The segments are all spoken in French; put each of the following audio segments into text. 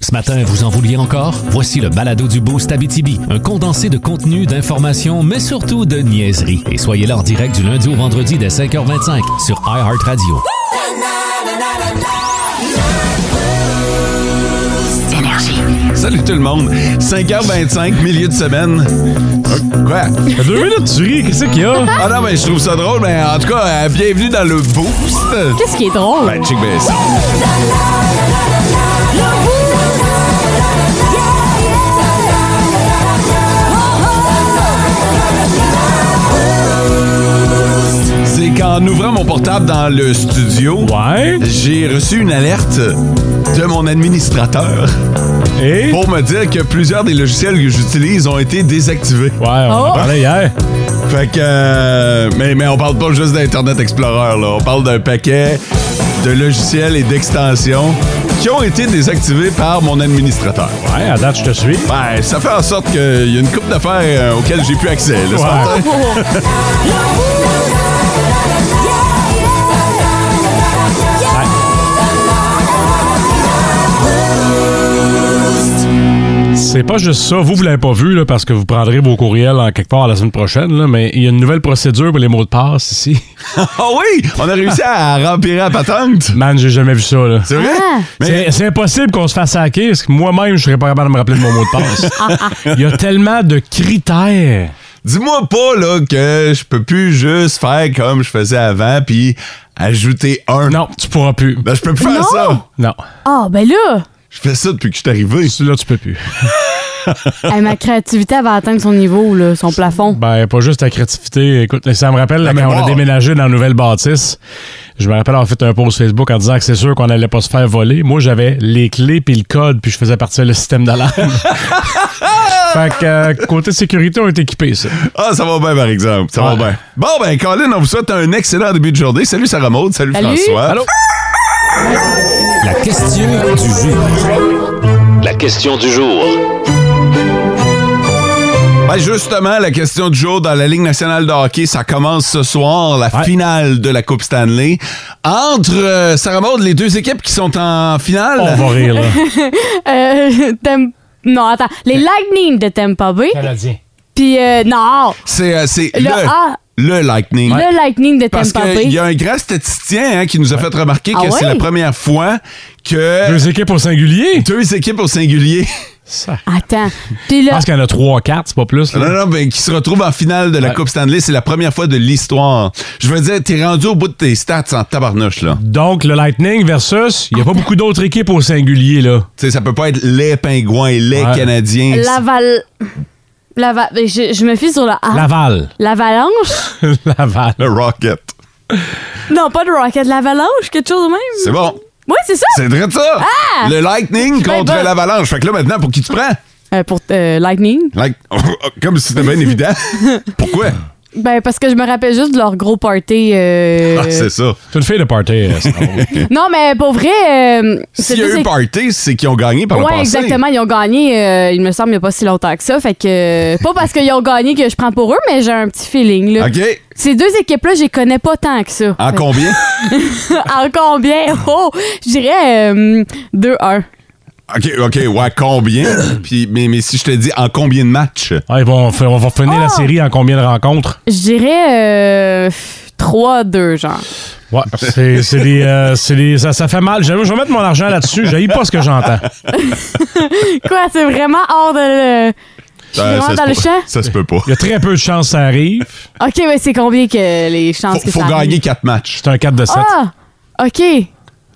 Ce matin, vous en vouliez encore? Voici le balado du Boost Abitibi, un condensé de contenu, d'informations, mais surtout de niaiseries. Et soyez là en direct du lundi au vendredi dès 5h25 sur iHeartRadio. Salut tout le monde. 5h25, milieu de semaine. Euh, Quoi? Deux minutes, tu ris, qu'est-ce qu'il y a? Ah non, mais je trouve ça drôle, mais en tout cas, euh, bienvenue dans le boost. Qu'est-ce qui est drôle? Ben, check bien ça. C'est qu'en ouvrant mon portable dans le studio, Ouais. j'ai reçu une alerte de mon administrateur Et? Ouais, pour me dire que plusieurs des logiciels que j'utilise ont été désactivés. Ah, on en Oh. parlait hier. Fait que. euh, mais, mais on parle pas juste d'Internet Explorer, là. On parle d'un paquet de logiciels et d'extensions qui ont été désactivés par mon administrateur. Ouais, à date, je te suis. Ben, ça fait en sorte qu'il y a une coupe d'affaires euh, auxquelles j'ai plus accès, Oh, là, ce Ouais. matin. C'est pas juste ça. Vous, vous l'avez pas vu, là, parce que vous prendrez vos courriels en quelque part la semaine prochaine, là, mais il y a une nouvelle procédure pour les mots de passe ici. Ah oui! On a réussi à remplir la patente! Man, j'ai jamais vu ça, là. C'est vrai? Mais C'est- C'est impossible qu'on se fasse hacker, parce que moi-même, je serais pas capable de me rappeler de mon mot de passe. Il y a tellement de critères. dis-moi pas, là, que je peux plus juste faire comme je faisais avant puis ajouter un. Non, tu pourras plus. Ben, je peux plus faire Non. ça! Non. Ah, ben là, Je fais ça depuis que je suis arrivé. Celui-là, tu peux plus. hey, ma créativité elle va atteindre son niveau, là, son plafond. Ben, pas juste la créativité. Écoute, ça me rappelle, là, quand on mémoire. a déménagé dans la nouvelle bâtisse, je me rappelle avoir fait un post Facebook en disant que c'est sûr qu'on n'allait pas se faire voler. Moi, j'avais les clés puis le code, puis je faisais partir le système d'alarme. fait que, euh, côté sécurité, on est équipés, ça. Ah, ça va bien, par exemple. Ça Ouais. va bien. Bon, ben, Colin, on vous souhaite un excellent début de journée. Salut, Sarah Maud. Salut, Salut. François. Allô? La question du jour. La question du jour. Ben, justement, la question du jour dans la Ligue nationale de hockey, ça commence ce soir, la Ouais. finale de la Coupe Stanley. Entre, euh, Sarah Maud, les deux équipes qui sont en finale. On va rire, là. Euh, Tem- Non, attends. Les Lightning de Tampa Bay. Puis, euh, non, C'est euh, c'est Le le, A. le Lightning. le Lightning de Parce Tampa qu'il Bay. y a un grand statisticien hein, qui nous a fait remarquer Ah que c'est ouais? la première fois que deux, Deux équipes au singulier. équipes au singulier, Ça. Attends. Puis Je là, pense qu'il y en a trois, quatre, c'est pas plus. non, Là. non, ben, qui se retrouvent en finale de la Ouais. Coupe Stanley, c'est la première fois de l'histoire. Je veux dire, t'es rendu au bout de tes stats en tabarnouche, là. Donc, le Lightning versus, il n'y a pas beaucoup d'autres équipes au singulier, là. Tu sais, ça peut pas être les pingouins et les Ouais. Canadiens. Laval. Laval. Je, je me fie sur le A. Laval. L'avalanche? Laval. Le Rocket. non, pas le Rocket. L'avalanche, quelque chose de même. C'est bon. Oui, c'est ça. C'est vrai de ça. Ah! Le Lightning suis bien contre bonne. l'Avalanche. Fait que là, maintenant, pour qui tu prends? Euh, pour euh, Lightning. Like- Comme si c'était bien évident. Pourquoi? Ben, parce que je me rappelle juste de leur gros party. euh, Ah, c'est ça. C'est une fille de party, euh, c'est drôle. non, mais pour vrai. euh, S'il y a c'était- eu party, c'est qu'ils ont gagné par le Ouais, passé. exactement. Ils ont gagné, euh, il me semble, il n'y a pas si longtemps que ça. Fait que. euh, Pas parce qu'ils ont gagné que je prends pour eux, mais j'ai un petit feeling, là. OK. Ces deux équipes-là, je les connais pas tant que ça. En combien? en combien? Oh! Je dirais euh, 2-1. OK, OK, ouais, combien? Puis, mais, mais si je te dis en combien de matchs? Ah, ils vont, on va finir la Ah! série en combien de rencontres? Je dirais euh, 3-2, genre. Ouais, c'est c'est des, euh, c'est des- ça, ça fait mal. Je, je vais mettre mon argent là-dessus. Je pas ce que j'entends. Quoi, c'est vraiment hors de le. Je suis Euh, vraiment se dans le peut- champ? Ça se peut pas. Il y a très peu de chances que ça arrive. Ok, mais c'est combien que les chances Faut, que faut ça arrive? gagner quatre matchs. C'est un 4 de 7. Ah! Ok!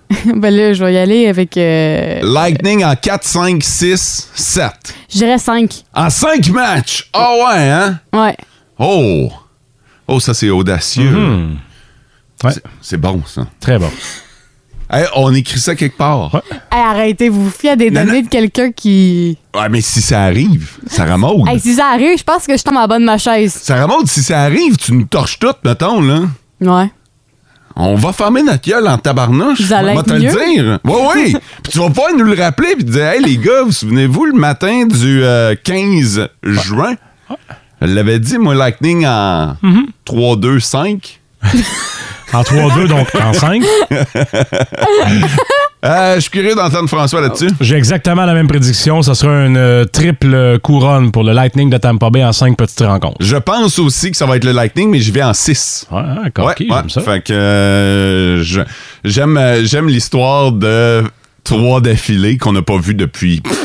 ben là, je vais y aller avec. euh, Lightning en 4, 5, 6, 7. je dirais 5. En 5 matchs! Ah ouais, hein? Ouais. Oh! Oh, ça, c'est audacieux. Mhm. Ouais, C'est- C'est bon, ça. très bon. Hey, on écrit ça quelque part. Ouais. Hey, arrêtez, vous vous fiez à des Non, données de quelqu'un qui. Ouais, mais si ça arrive, ça ramode. Hey, si ça arrive, je pense que je tombe en bas de ma chaise. Ça ramode, si ça arrive, tu nous torches toutes, mettons, là. Ouais. On va fermer notre gueule en tabarnouche. Vous allez On va être te le mieux. dire. Oui, oui. Puis tu vas pas nous le rappeler puis te dire, hey, les gars, vous souvenez-vous, le matin du euh, 15 juin, je l'avais dit, moi, Lightning en Mhm. 3-2-5. En 3-2, donc en 5. Euh, je suis curieux d'entendre François là-dessus. Ah. J'ai exactement la même prédiction. Ça sera une euh, triple couronne pour le Lightning de Tampa Bay en cinq petites rencontres. Je pense aussi que ça va être le Lightning, mais j'y vais en 6. Ouais, ouais, Ben, cocky, ouais. j'aime ça. Fait que euh, je- j'aime euh, j'aime l'histoire de trois d'affilée qu'on n'a pas vu depuis. pff,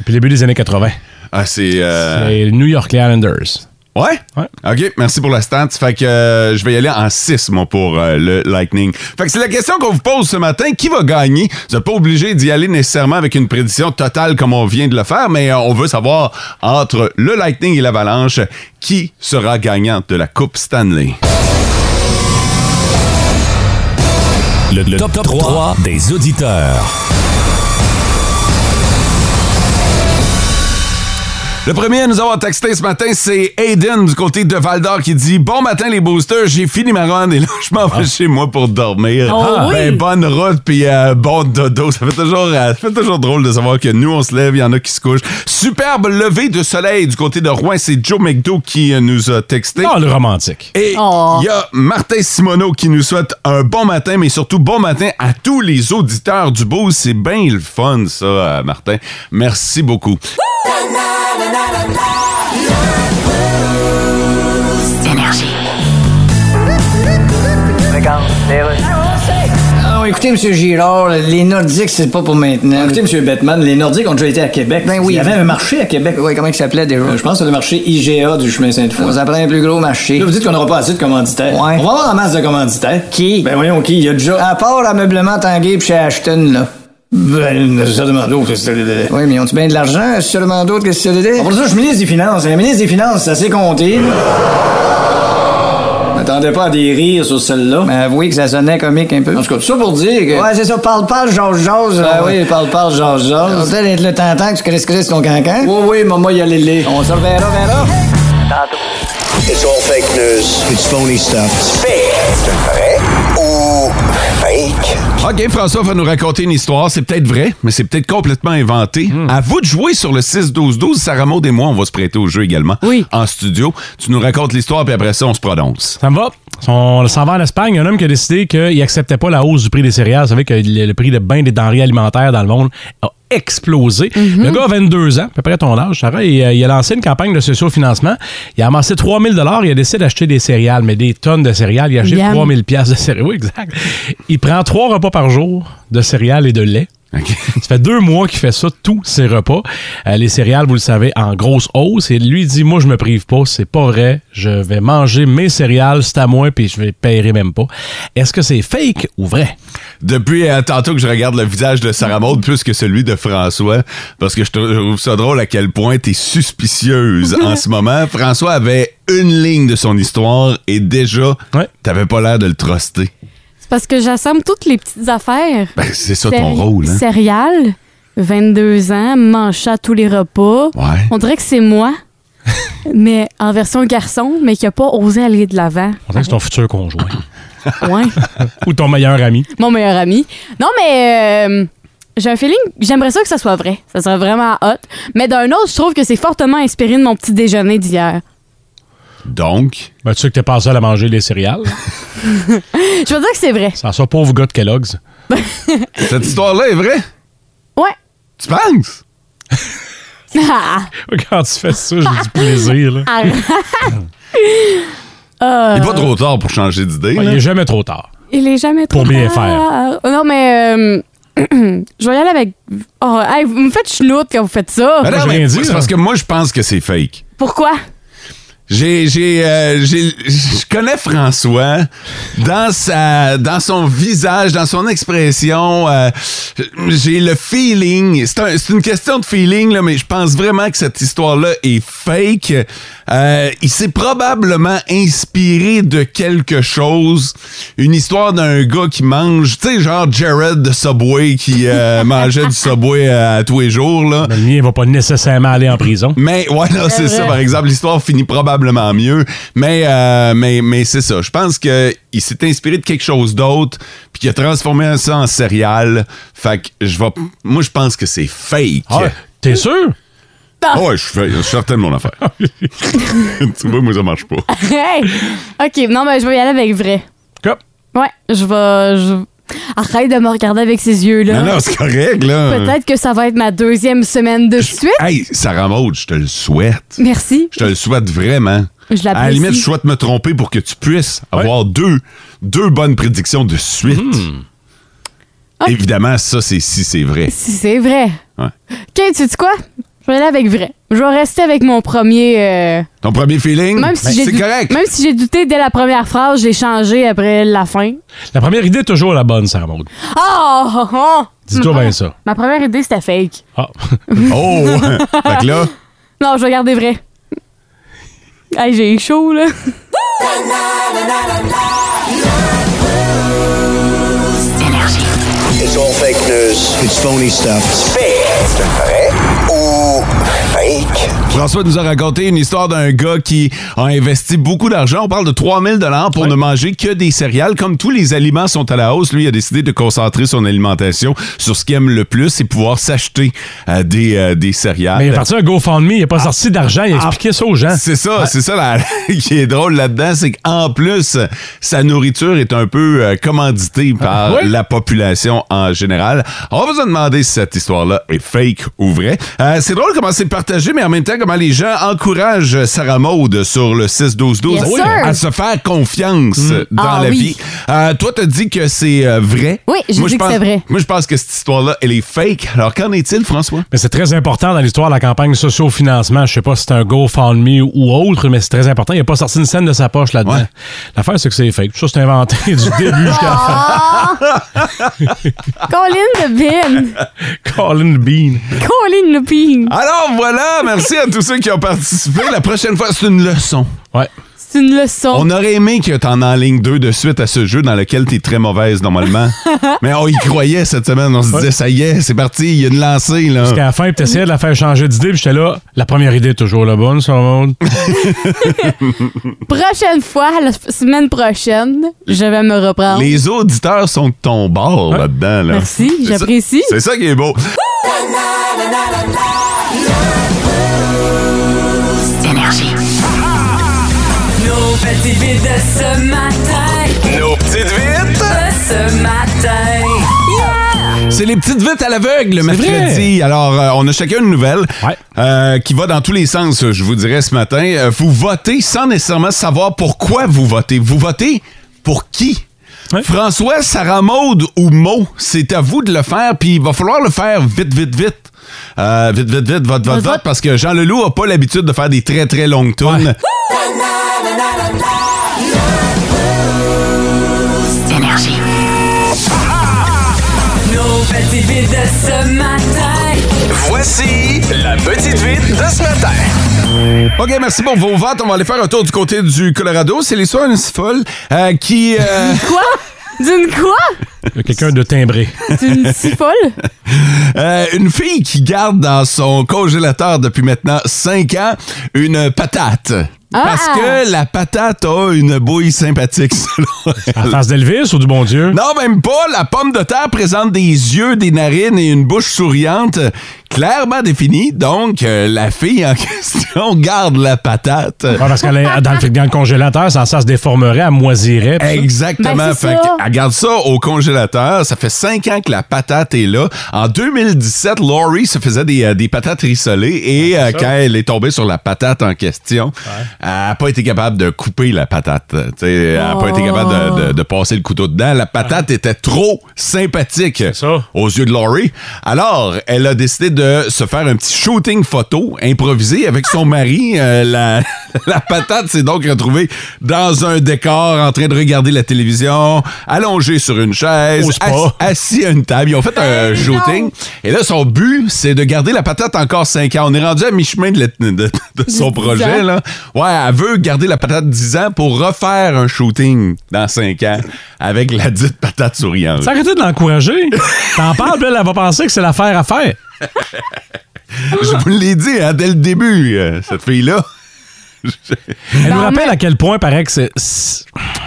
Depuis le début des années 80. Ah, c'est. euh, Les New York Islanders. Ouais? Ouais. OK, merci pour la stat. Fait que euh, je vais y aller en 6, moi, pour euh, le Lightning. Fait que c'est la question qu'on vous pose ce matin. Qui va gagner? Vous n'êtes pas obligé d'y aller nécessairement avec une prédiction totale comme on vient de le faire, mais euh, on veut savoir, entre le Lightning et l'Avalanche, qui sera gagnant de la Coupe Stanley? Le, le top, 3 des auditeurs. Le premier à nous avoir texté ce matin, c'est Aiden du côté de Val-d'Or qui dit « Bon matin les boosters, j'ai fini ma run et là je m'en vais chez moi pour dormir. Oh Ah, oui! Ben, bonne route puis euh, bon dodo. Ça fait, toujours, euh, ça fait toujours drôle de savoir que nous on se lève, il y en a qui se couchent. Superbe levée de soleil du côté de Rouen, c'est Joe McDo qui euh, nous a texté. Oh, le romantique. Et il Oh. y a Martin Simoneau qui nous souhaite un bon matin, mais surtout bon matin à tous les auditeurs du beau. C'est bien le fun, ça, euh, Martin. Merci beaucoup. Ah, ouais, écoutez, M. Girard, les Nordiques, c'est pas pour maintenant. Écoutez, M. Bettman, les Nordiques ont déjà été à Québec. Ben oui. Il y avait un marché à Québec. Oui, comment il s'appelait déjà? Euh, Je pense que c'est le marché IGA du chemin Sainte-Foy. Ça prend un plus gros marché. Là, vous dites qu'on n'aura pas assez de commanditaires. Ouais. On va avoir en masse de commanditaires. Qui? Ben voyons qui, il y a déjà... À part ameublement Tanguay pis chez Ashton, là. Ben, certainement d'autres. c'est- Oui, mais ont-tu bien de l'argent? Sûrement d'autres que ce Ah, Pour ça, je suis ministre des Finances. hein. Le ministre des Finances, ça s'est compté. N'attendez pas à des rires sur celle-là. Mais avouez Ben que ça sonnait comique un peu. En tout cas, tout ça pour dire que... Ouais, c'est ça. Parle, parle, jase, jase. Ah On- oui, parle, parle, genre, On genre. va peut-être être le tentant que tu crisses crisses ton cancan. Oui, oui, maman, y allait les. On se reverra, verra. It's all fake news. It's phony stuff. C'est vrai ou fake? OK, François va nous raconter une histoire. C'est peut-être vrai, mais c'est peut-être complètement inventé. À vous de jouer sur le 6-12-12. Sarah Maud et moi, on va se prêter au jeu également. Oui. En studio. Tu nous racontes l'histoire, puis après ça, on se prononce. Ça me va. On s'en va en Espagne. Un homme qui a décidé qu'il acceptait pas la hausse du prix des céréales. Vous savez que le, le prix de bain des denrées alimentaires dans le monde a explosé. Le gars a 22 ans, à peu près ton âge, Sarah, et euh, il a lancé une campagne de socio-financement. Il a amassé 3000 dollars. Il a décidé d'acheter des céréales, mais des tonnes de céréales. Il a acheté Yum. 3000 pièces de céréales. Oui, exact. Il prend trois repas par jour de céréales et de lait. OK. Ça fait deux mois qu'il fait ça, tous ses repas. Euh, les céréales, vous le savez, en grosse hausse. Et lui il dit, moi, je me prive pas, c'est pas vrai. Je vais manger mes céréales, c'est à moi, puis je vais payer même pas. Est-ce que c'est fake ou vrai? Depuis euh, tantôt que je regarde le visage de Sarah Maud plus que celui de François, parce que je trou- je trouve ça drôle à quel point t'es suspicieuse en ce moment. François avait une ligne de son histoire et déjà, Ouais. t'avais pas l'air de le truster. C'est parce que j'assemble toutes les petites affaires. Ben, c'est ça Céri- ton rôle, hein? Céréales, 22 ans, manche à tous les repas. Ouais. On dirait que c'est moi, mais en version garçon, mais qui a pas osé aller de l'avant. On dirait que c'est ton futur conjoint. Ouais, ou ton meilleur ami. mon meilleur ami. Non, mais euh, j'ai un feeling, j'aimerais ça que ça soit vrai. Ça serait vraiment hot. Mais d'un autre, je trouve que c'est fortement inspiré de mon petit déjeuner d'hier. Donc, Ben, tu sais que t'es pas seul à manger les céréales. Je veux dire que c'est vrai. Ça sort pauvre gars de Kellogg's. cette histoire-là est vraie? Ouais. Tu penses? Ah, Quand tu fais ça, j'ai du plaisir, là. ah, Il n'est pas trop tard pour changer d'idée. Ben, Il là. est jamais trop tard. Il est jamais trop Pour bien tard. Non, mais euh, je vais y aller avec. Oh, hey, vous me faites chloute quand vous faites ça. Ben non, j'ai mais rien dit, c'est là. parce que moi, je pense que c'est fake. Pourquoi? J'ai, j'ai, euh, j'ai- je connais François dans sa, dans son visage, dans son expression. euh, j'ai le feeling. C'est, un- c'est une question de feeling là, mais je pense vraiment que cette histoire-là est fake. Euh, il s'est probablement inspiré de quelque chose, une histoire d'un gars qui mange, tu sais, genre Jared de Subway qui euh, mangeait du Subway euh, à tous les jours là. Ben, le mien, il va pas nécessairement aller en prison. Mais ouais, non, c'est ça. Par exemple, l'histoire finit probablement mieux. Mais euh, mais mais c'est ça. Je pense que il s'est inspiré de quelque chose d'autre, puis qu'il a transformé ça en céréales. Fait que je vais, moi je pense que c'est fake. Ah, T'es sûr? Ah ouais, je fais- je suis certain de mon affaire. tu vois, moi ça marche pas. Hey! OK, non, mais je vais y aller avec vrai. Cop. Ouais, je vais. je- arrête de me regarder avec ses yeux-là. Non, non, c'est correct, là. Peut-être que ça va être ma deuxième semaine de suite. Hey, Sarah Maud, je te le souhaite. Merci. Je te le souhaite vraiment. Je l'apprécie. À la limite, je souhaite me tromper pour que tu puisses avoir deux, deux bonnes prédictions de suite. Hmm. Ok. Évidemment, ça, c'est si c'est vrai. Si c'est vrai. Ouais. OK, tu sais quoi? Je vais aller avec vrai. Je vais rester avec mon premier. euh, Ton premier feeling, Même si ben, j'ai c'est dou- correct. Même si j'ai douté dès la première phrase, j'ai changé après la fin. La première idée est toujours la bonne, Sarah Maud. Oh! oh, oh. Dis-toi bien ça. Ma première idée, c'était fake. Ah. Oh! fait que là, Non, je vais garder vrai. Hey, j'ai chaud, là. It's all fake news. It's phony stuff. C'est vrai ou fake? François nous a raconté une histoire d'un gars qui a investi beaucoup d'argent. On parle de 3000 dollars pour ne manger que des céréales. Comme tous les aliments sont à la hausse, lui a décidé de concentrer son alimentation sur ce qu'il aime le plus et pouvoir s'acheter euh, des, euh, des céréales. Mais il est parti un GoFundMe, il n'est pas sorti d'argent, il Ah. expliquait ça aux gens. C'est ça, c'est ça la- qui est drôle là-dedans, c'est qu'en plus, sa nourriture est un peu euh, commanditée par oui? la population en général. On va vous demander si cette histoire-là est fake ou vraie. Euh, c'est drôle comment c'est partagé, mais en même temps, comment les gens encouragent Sarah Maud sur le 6-12-12 Yes, sir. à se faire confiance dans Ah, la oui. vie. Euh, toi, t'as dit que c'est euh, vrai. Oui, j'ai Moi, dit je que pense- c'est vrai. Moi, je pense que cette histoire-là, elle est fake. Alors, qu'en est-il, François? Mais c'est très important dans l'histoire de la campagne socio-financement. Je sais pas si c'est un GoFundMe ou autre, mais c'est très important. Il n'a pas sorti une scène de sa poche là-dedans. Ouais. L'affaire, c'est que c'est fake. Tout ça, c'est inventé du début jusqu'à la fin. Colin de Ben. Colin Bean. Colin Lupin. Alors voilà, merci à tous ceux qui ont participé. La prochaine fois, c'est une leçon. Ouais. C'est une leçon. On aurait aimé que t'en en ligne deux de suite à ce jeu dans lequel t'es très mauvaise normalement. Mais on y croyait cette semaine. On se disait, ça y est, c'est parti, il y a une lancée. Là. Jusqu'à la fin, puis t'essayais de la faire changer d'idée, puis j'étais là, la première idée est toujours la bonne, sur le monde. Prochaine fois, la f- semaine prochaine, je vais me reprendre. Les auditeurs sont de ton bord là-dedans. Là. Merci, C'est ça- j'apprécie. C'est ça qui est beau. Nos petites vites de ce matin, Nos petites vites. de ce matin. Yeah! C'est les petites vites à l'aveugle le C'est mercredi. Alors, euh, on a chacun une nouvelle Ouais. euh, qui va dans tous les sens, euh, je vous dirais ce matin. Euh, vous votez sans nécessairement savoir pourquoi vous votez. Vous votez pour qui? Ouais. François, Sarah Maude ou Mo, c'est à vous de le faire, puis il va falloir le faire vite, vite, vite. Euh, vite, vite, vite, vote, vote, vote. vote, parce que Jean Leloup a pas l'habitude de faire des très, très longues tunes. Nos petites vites de ce matin, Voici la petite vite de ce matin. OK, merci pour vos votes. On va aller faire un tour du côté du Colorado. C'est l'histoire d'une folle euh, qui... euh, Quoi? D'une quoi? Il y a quelqu'un de timbré. D'une si folle? Euh, une fille qui garde dans son congélateur depuis maintenant 5 ans une patate. Ah! Parce que la patate a une bouille sympathique, selon elle. En face d'Elvis ou du bon Dieu? Non, même pas. La pomme de terre présente des yeux, des narines et une bouche souriante euh, clairement définie. Donc, euh, la fille en question garde la patate. Ouais, parce que dans le, dans le congélateur, ça, ça se déformerait, elle moisirait. puis ça. Exactement. Ben, c'est fait ça. que, elle garde ça au congélateur. Ça fait cinq ans que la patate est là. En 2017, Laurie se faisait des, euh, des patates rissolées et euh, quand elle est tombée sur la patate en question, elle n'a pas été capable de couper la patate. Tu sais, Elle n'a Oh. pas été capable de, de- de passer le couteau dedans. La patate était trop sympathique Ah. ça. aux yeux de Laurie. Alors, elle a décidé de se faire un petit shooting photo improvisé avec son mari. Euh, la, la patate s'est donc retrouvée dans un décor en train de regarder la télévision, allongée sur une chaise, Au spa. assis- assis à une table. Ils ont fait un shooting. Et là, son but, c'est de garder la patate encore 5 ans. On est rendu à mi-chemin de, la- de- de son projet. Là. Ouais, elle veut garder la patate 10 ans pour refaire un shooting dans 5 ans avec la dite patate souriante. Ça arrêtez de l'encourager. T'en parles, puis elle, elle va penser que c'est l'affaire à faire. Je vous l'ai dit hein, dès le début, euh, cette fille-là. Elle Ben, nous rappelle mais- à quel point, paraît que c'est- c'est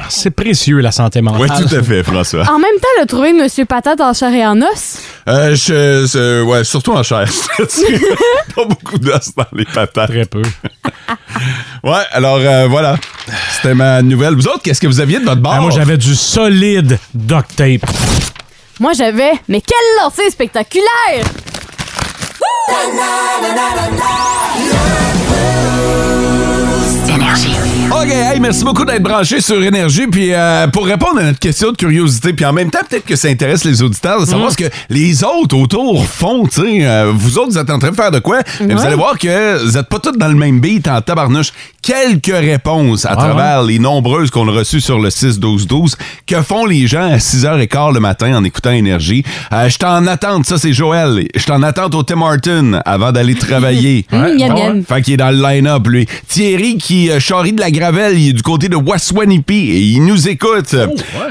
c'est précieux, la santé mentale. Oui, tout à fait, François. En même temps, le trouver de Monsieur Patate en chair et en os. Euh, je, je- ouais, surtout en chair. pas beaucoup d'os dans les patates. Très peu. Ouais, alors euh, voilà. Ben, Oh. C'était ma nouvelle. Vous autres, qu'est-ce que vous aviez de votre bord? Ah, moi, j'avais du solide duct tape. Moi, j'avais. Mais quel lancer spectaculaire! OK, hey, merci beaucoup d'être branché sur Énergie. Puis euh, pour répondre à notre question de curiosité, puis en même temps, peut-être que ça intéresse les auditeurs de savoir ce que les autres autour font. tu sais. Euh, vous autres, vous êtes en train de faire de quoi? Mais vous Ouais. allez voir que vous n'êtes pas tous dans le même beat en tabarnouche. Quelques réponses à travers les nombreuses qu'on a reçues sur le 6-12-12. Que font les gens à 6h15 le matin en écoutant Énergie? Euh, je t'en attends, ça c'est Joël. Je t'en attends au Tim Horton avant d'aller travailler. Hum, yam, ouais. yam. Fait qu'il est dans le line-up, lui. Thierry qui euh, charrie de la gravelle, il est du côté de Waswanipi et il nous écoute.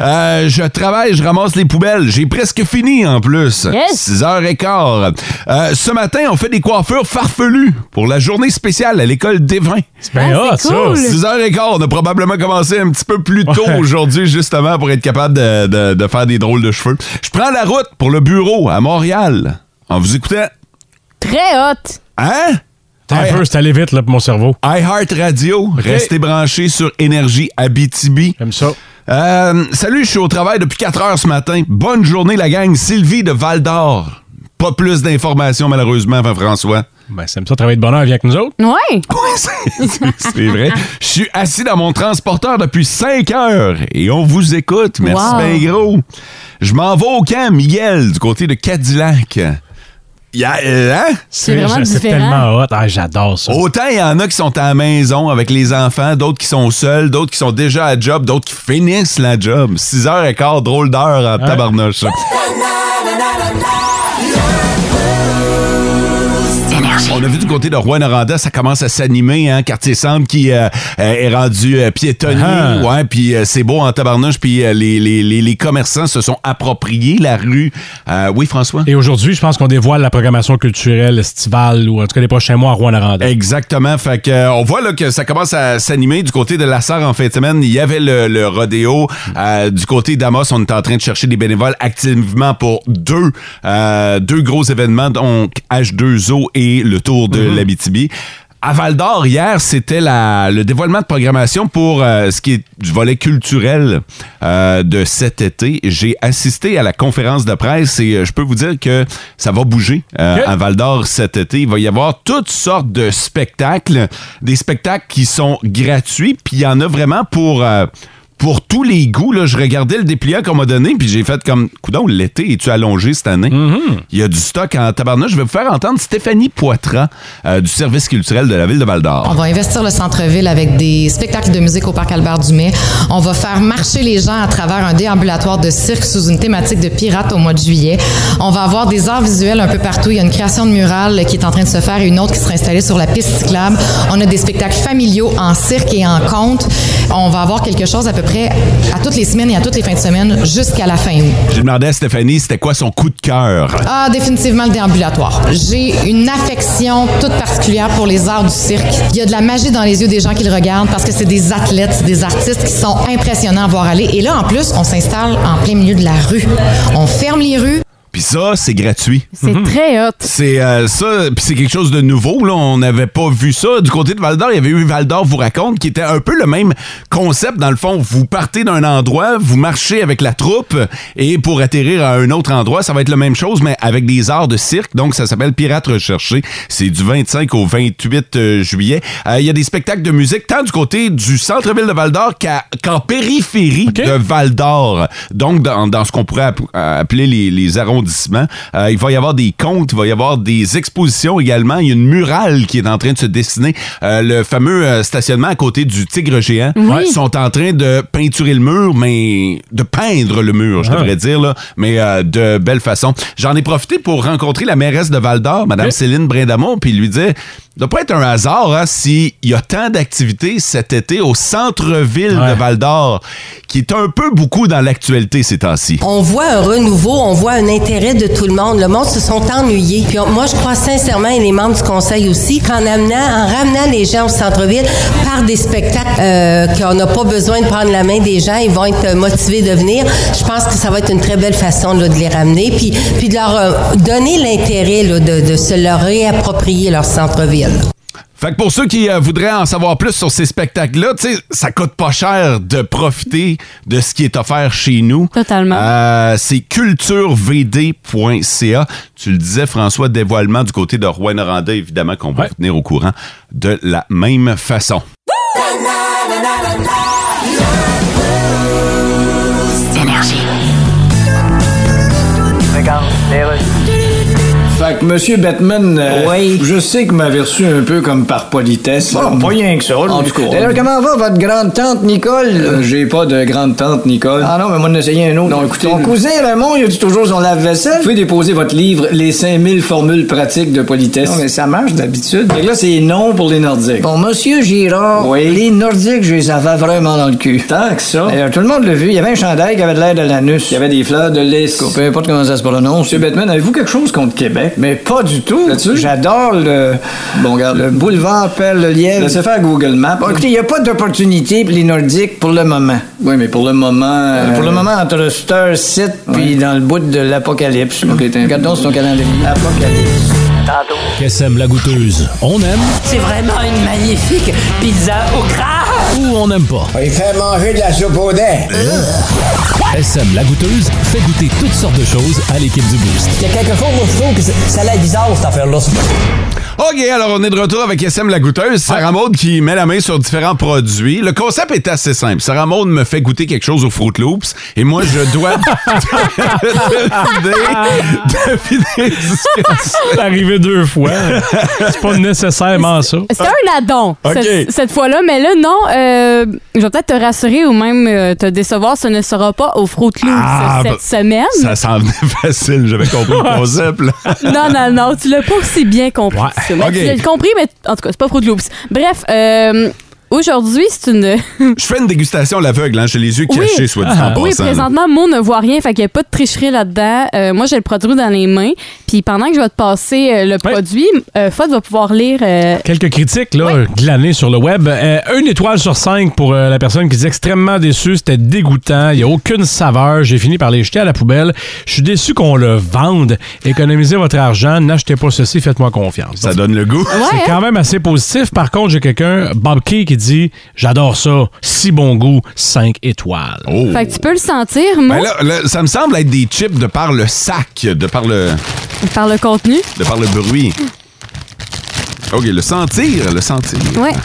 Euh, je travaille, je ramasse les poubelles. J'ai presque fini en plus. Yes. 6h15. Euh, ce matin, on fait des coiffures farfelues pour la journée spéciale à l'école des vins. C'est bien Ah, hot, c'est Ben, ça. cool. 6h15, on a probablement commencé un petit peu plus tôt Ouais. aujourd'hui, justement, pour être capable de, de- de faire des drôles de cheveux. Je prends la route pour le bureau à Montréal. En vous écoutant, Très hot! hein? T'es un Ouais. peu, c'est allé vite là, pour mon cerveau. iHeart Radio, restez branchés sur Énergie Abitibi. J'aime ça. Euh, salut, je suis au travail depuis 4 heures ce matin. Bonne journée, la gang. Sylvie de Val d'Or. Pas plus d'informations, malheureusement, François. Ben, ça aime ça travailler de bonheur avec nous autres. Ouais! Oui, c'est- c'est vrai. Je suis assis dans mon transporteur depuis 5 heures et on vous écoute. Merci Wow. bien gros. Je m'en vais au camp, Miguel, du côté de Cadillac. Y a- euh, hein? C'est vraiment Je- différent. tellement hot. Ah, j'adore ça. Autant il y en a qui sont à la maison avec les enfants, d'autres qui sont seuls, d'autres qui sont déjà à job, d'autres qui finissent la job. 6h15, drôle d'heure en tabarnouche. On a vu du côté de Rouen Noranda, ça commence à s'animer, hein, quartier centre qui euh, euh, est rendu euh, piétonnier, Ah. ouais, puis euh, c'est beau en tabarnouche, puis euh, les, les- les- les commerçants se sont appropriés la rue. Euh, oui, François? Et aujourd'hui, je pense qu'on dévoile la programmation culturelle estivale ou en tout cas les prochains mois à Rouen-Noranda. Exactement. Fait que, euh, on voit là, que ça commence à s'animer du côté de la Sarre en fin de semaine. Il y avait le, le rodéo. Euh, du côté d'Amos, on est en train de chercher des bénévoles activement pour deux, euh, deux gros événements, donc H2O et le Tour de l'Abitibi. À Val d'Or, hier, c'était la- le dévoilement de programmation pour euh, ce qui est du volet culturel euh, de cet été. J'ai assisté à la conférence de presse et euh, je peux vous dire que ça va bouger euh, Ok. à Val d'Or cet été. Il va y avoir toutes sortes de spectacles, des spectacles qui sont gratuits, puis il y en a vraiment pour... euh, pour tous les goûts, là, je regardais le dépliant qu'on m'a donné, puis j'ai fait comme, coudon, l'été, es-tu allongé cette année? Il y a du stock en tabarnouche. Je vais vous faire entendre Stéphanie Poitras euh, du service culturel de la ville de Val-d'Or. On va investir le centre-ville avec des spectacles de musique au parc Albert Dumais. On va faire marcher les gens à travers un déambulatoire de cirque sous une thématique de pirates au mois de juillet. On va avoir des arts visuels un peu partout. Il y a une création de murales qui est en train de se faire et une autre qui sera installée sur la piste cyclable. On a des spectacles familiaux en cirque et en conte. On va avoir quelque chose à peu près à toutes les semaines et à toutes les fins de semaine jusqu'à la fin août. J'ai demandé à Stéphanie c'était quoi son coup de cœur. Ah, définitivement le déambulatoire. J'ai une affection toute particulière pour les arts du cirque. Il y a de la magie dans les yeux des gens qui le regardent parce que c'est des athlètes, c'est des artistes qui sont impressionnants à voir aller. Et là, en plus, on s'installe en plein milieu de la rue. On ferme les rues. Puis ça, c'est gratuit. C'est très hot! C'est euh, ça, puis c'est quelque chose de nouveau. Là. On n'avait pas vu ça. Du côté de Val d'Or, il y avait eu Val d'Or vous raconte, qui était un peu le même concept. Dans le fond, vous partez d'un endroit, vous marchez avec la troupe, et pour atterrir à un autre endroit, ça va être la même chose, mais avec des arts de cirque. Donc, ça s'appelle Pirates Recherchés. C'est du 25 au 28 euh, juillet. Euh, Il y a des spectacles de musique, tant du côté du centre-ville de Val d'Or qu'à- qu'en périphérie OK. de Val d'Or. Donc, dans, dans ce qu'on pourrait app- euh, appeler les, les arrondissements, euh, il va y avoir des contes, il va y avoir des expositions également. Il y a une murale qui est en train de se dessiner. Euh, le fameux euh, stationnement à côté du Tigre Géant. Ils sont en train de peinturer le mur, mais de peindre le mur, je Ah. devrais dire, là, mais euh, de belle façon. J'en ai profité pour rencontrer la mairesse de Val d'Or, Mme Oui. Céline Brindamont, puis lui dire... Ça doit pas être un hasard hein, s'il y a tant d'activités cet été au centre-ville Ouais. de Val d'Or, qui est un peu beaucoup dans l'actualité ces temps-ci. On voit un renouveau, on voit un intérêt de tout le monde. Le monde se sont ennuyés. Puis on- moi, je crois sincèrement, et les membres du conseil aussi, qu'en amenant, en ramenant les gens au centre-ville par des spectacles euh, qu'on n'a pas besoin de prendre la main des gens, ils vont être euh, motivés de venir. Je pense que ça va être une très belle façon là, de les ramener, puis, puis de leur euh, donner l'intérêt là, de, de se leur réapproprier leur centre-ville. Fait que pour ceux qui euh, voudraient en savoir plus sur ces spectacles-là, tu sais, ça coûte pas cher de profiter de ce qui est offert chez nous. Euh, Totalement. c'est culturevd.ca. Tu le disais, François, dévoilement du côté de Rouen Noranda, évidemment qu'on va vous tenir au courant de la même façon. Fait que Monsieur Batman, euh, je sais que m'avait reçu un peu comme par politesse. Bon, pas rien que ça. En tout cas. D'ailleurs, comment va votre grande-tante Nicole? Euh, J'ai pas de grande-tante, Nicole. Ah non, mais moi, on a essayé un autre. Non, écoutez, Ton cousin Raymond, il a dit toujours son lave-vaisselle. Vous pouvez déposer votre livre Les 5000 formules pratiques de politesse. Non, mais ça marche d'habitude. Fait que là, c'est non pour les Nordiques. Bon, monsieur Girard, Oui. les Nordiques, je les avais vraiment dans le cul. Tant que ça. D'ailleurs, tout le monde l'a vu, il y avait un chandail qui avait de l'air de l'anus. Il y avait des fleurs de lys. Peu importe comment ça se prononce. Monsieur Batman, avez-vous quelque chose contre Québec? Mais pas du tout. Là-dessus? J'adore le, Bon, regarde. le boulevard Perle-Lièvre. Laissez faire Google Maps. Bon, écoutez, il n'y a pas d'opportunité pour les Nordiques pour le moment. Oui, mais pour le moment. Euh, euh, Pour le moment, entre Star City puis dans le bout de l'apocalypse. là. t'es un- Regarde donc sur ton calendrier. Apocalypse. Qu'est-ce aime la goûteuse? On aime C'est vraiment une magnifique pizza au gras. ou on n'aime pas? Il fait manger de la soupe au dent. SM La Goûteuse fait goûter toutes sortes de choses à l'équipe du Boost. Il y a quelque chose où je trouve que c'est- ça a l'air bizarre, cette affaire-là. OK, alors on est de retour avec SM la goûteuse. Sarah Maud qui met la main sur différents produits. Le concept est assez simple. Sarah Maud me fait goûter quelque chose aux Fruit Loops et moi je dois deviner, deviner ce que c'est. C'est arrivé deux fois. C'est pas nécessairement ça. C'était un addon Ah. Ok. cette, cette fois-là, mais là, non, euh, je vais peut-être te rassurer ou même euh, te décevoir, ce ne sera pas au Fruit Loops Ah, cette bah, semaine. Ça s'en venait facile, j'avais compris le concept. là. Non, non, non, tu l'as pas aussi bien compris. Ouais, Tu l'as- ok. Tu l'as compris, mais en tout cas, c'est pas Fruit Loops. Bref, euh, aujourd'hui, c'est une... Je fais une dégustation à l'aveugle, hein. j'ai les yeux cachés, soit dit en Oui, passant, là. présentement, Mo ne voit rien, fait qu'il n'y a pas de tricherie là-dedans. Euh, moi, j'ai le produit dans les mains. Puis pendant que je vais te passer euh, le produit, euh, Fod va pouvoir lire... euh, Quelques critiques là, glanées sur le web. Euh, une étoile sur cinq pour euh, la personne qui est extrêmement déçue. C'était dégoûtant. Il n'y a aucune saveur. J'ai fini par les jeter à la poubelle. Je suis déçu qu'on le vende. Économisez votre argent. N'achetez pas ceci. Faites-moi confiance. Ça donne le goût. Ouais, C'est hein? quand même assez positif. Par contre, j'ai quelqu'un, Bob Key, qui dit J'adore ça. Si bon goût, 5 étoiles. Oh. Fait que tu peux le sentir, Mo, Ben là, là, ça me semble être des chips de par le sac, de par le, par le contenu. de par le bruit. OK, le sentir, le sentir. Ouais. Ah,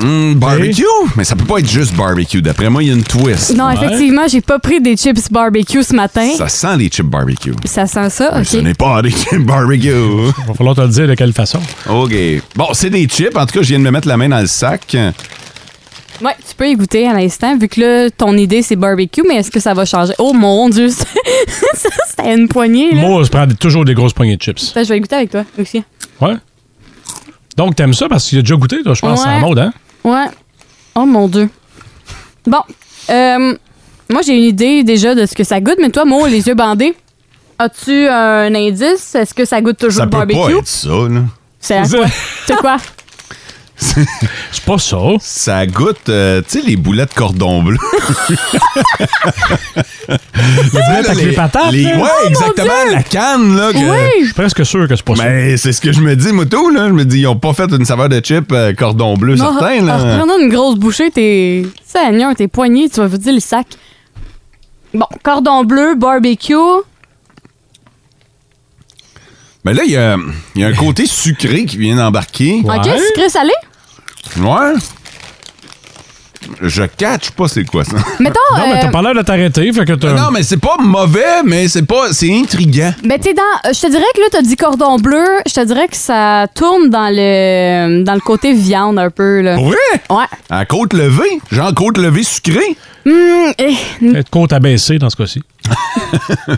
Hum, barbecue? Mais ça peut pas être juste barbecue. D'après moi, il y a une twist. Non, hein? effectivement, j'ai pas pris des chips barbecue ce matin. Ça sent les chips barbecue. Ça, sent ça, Mais Ce OK. n'est pas des chips barbecue. Il va falloir te le dire de quelle façon. OK. Bon, c'est des chips. En tout cas, je viens de me mettre la main dans le sac. Ouais, tu peux y goûter à l'instant, vu que là, ton idée, c'est barbecue, mais est-ce que ça va changer? Oh mon Dieu, ça, c'était une poignée, là. Moi, je prends des- toujours des grosses poignées de chips. Attends, je vais goûter avec toi aussi. Ouais. Donc, t'aimes ça parce qu'il a déjà goûté, toi, je pense, Ouais. en mode, hein? Ouais. Oh mon Dieu. Bon. Euh, moi, j'ai une idée déjà de ce que ça goûte, mais toi, Mo, les yeux bandés, as-tu un indice? Est-ce que ça goûte toujours Ça le peut pas barbecue? être ça, là. C'est à quoi? C'est quoi? C'est pas ça. Ça goûte, euh, tu sais, les boulettes cordon bleu. boulettes avec les patates, les- Oh, là. ouais, exactement. La canne, là. que- Je Oui! suis presque sûr que c'est pas ça. Mais c'est ce que je me dis, Moto, là. Je me dis, ils ont pas fait une saveur de chip euh, cordon bleu, Non, certain, en là. reprenant une grosse bouchée, tes. Seigneur, tes poignets, tu vas vous dire le sac. Bon, cordon bleu, barbecue. Mais là, il y a, il y a un côté sucré qui vient d'embarquer. OK, Ouais. sucré salé? Ouais. Je catch pas c'est quoi ça. Mettons. Non, mais euh, t'as pas l'air de t'arrêter, fait que t'as. Non, mais c'est pas mauvais, mais c'est pas. C'est intriguant. Ben, t'es dans. euh, Je te dirais que là, t'as dit cordon bleu. Je te dirais que ça tourne dans le dans le côté viande un peu, là. Pour vrai? Oh. Ouais. À côte levée. Genre côte levée sucrée. Hum, eh, Peut-être côte abaissée dans ce cas-ci.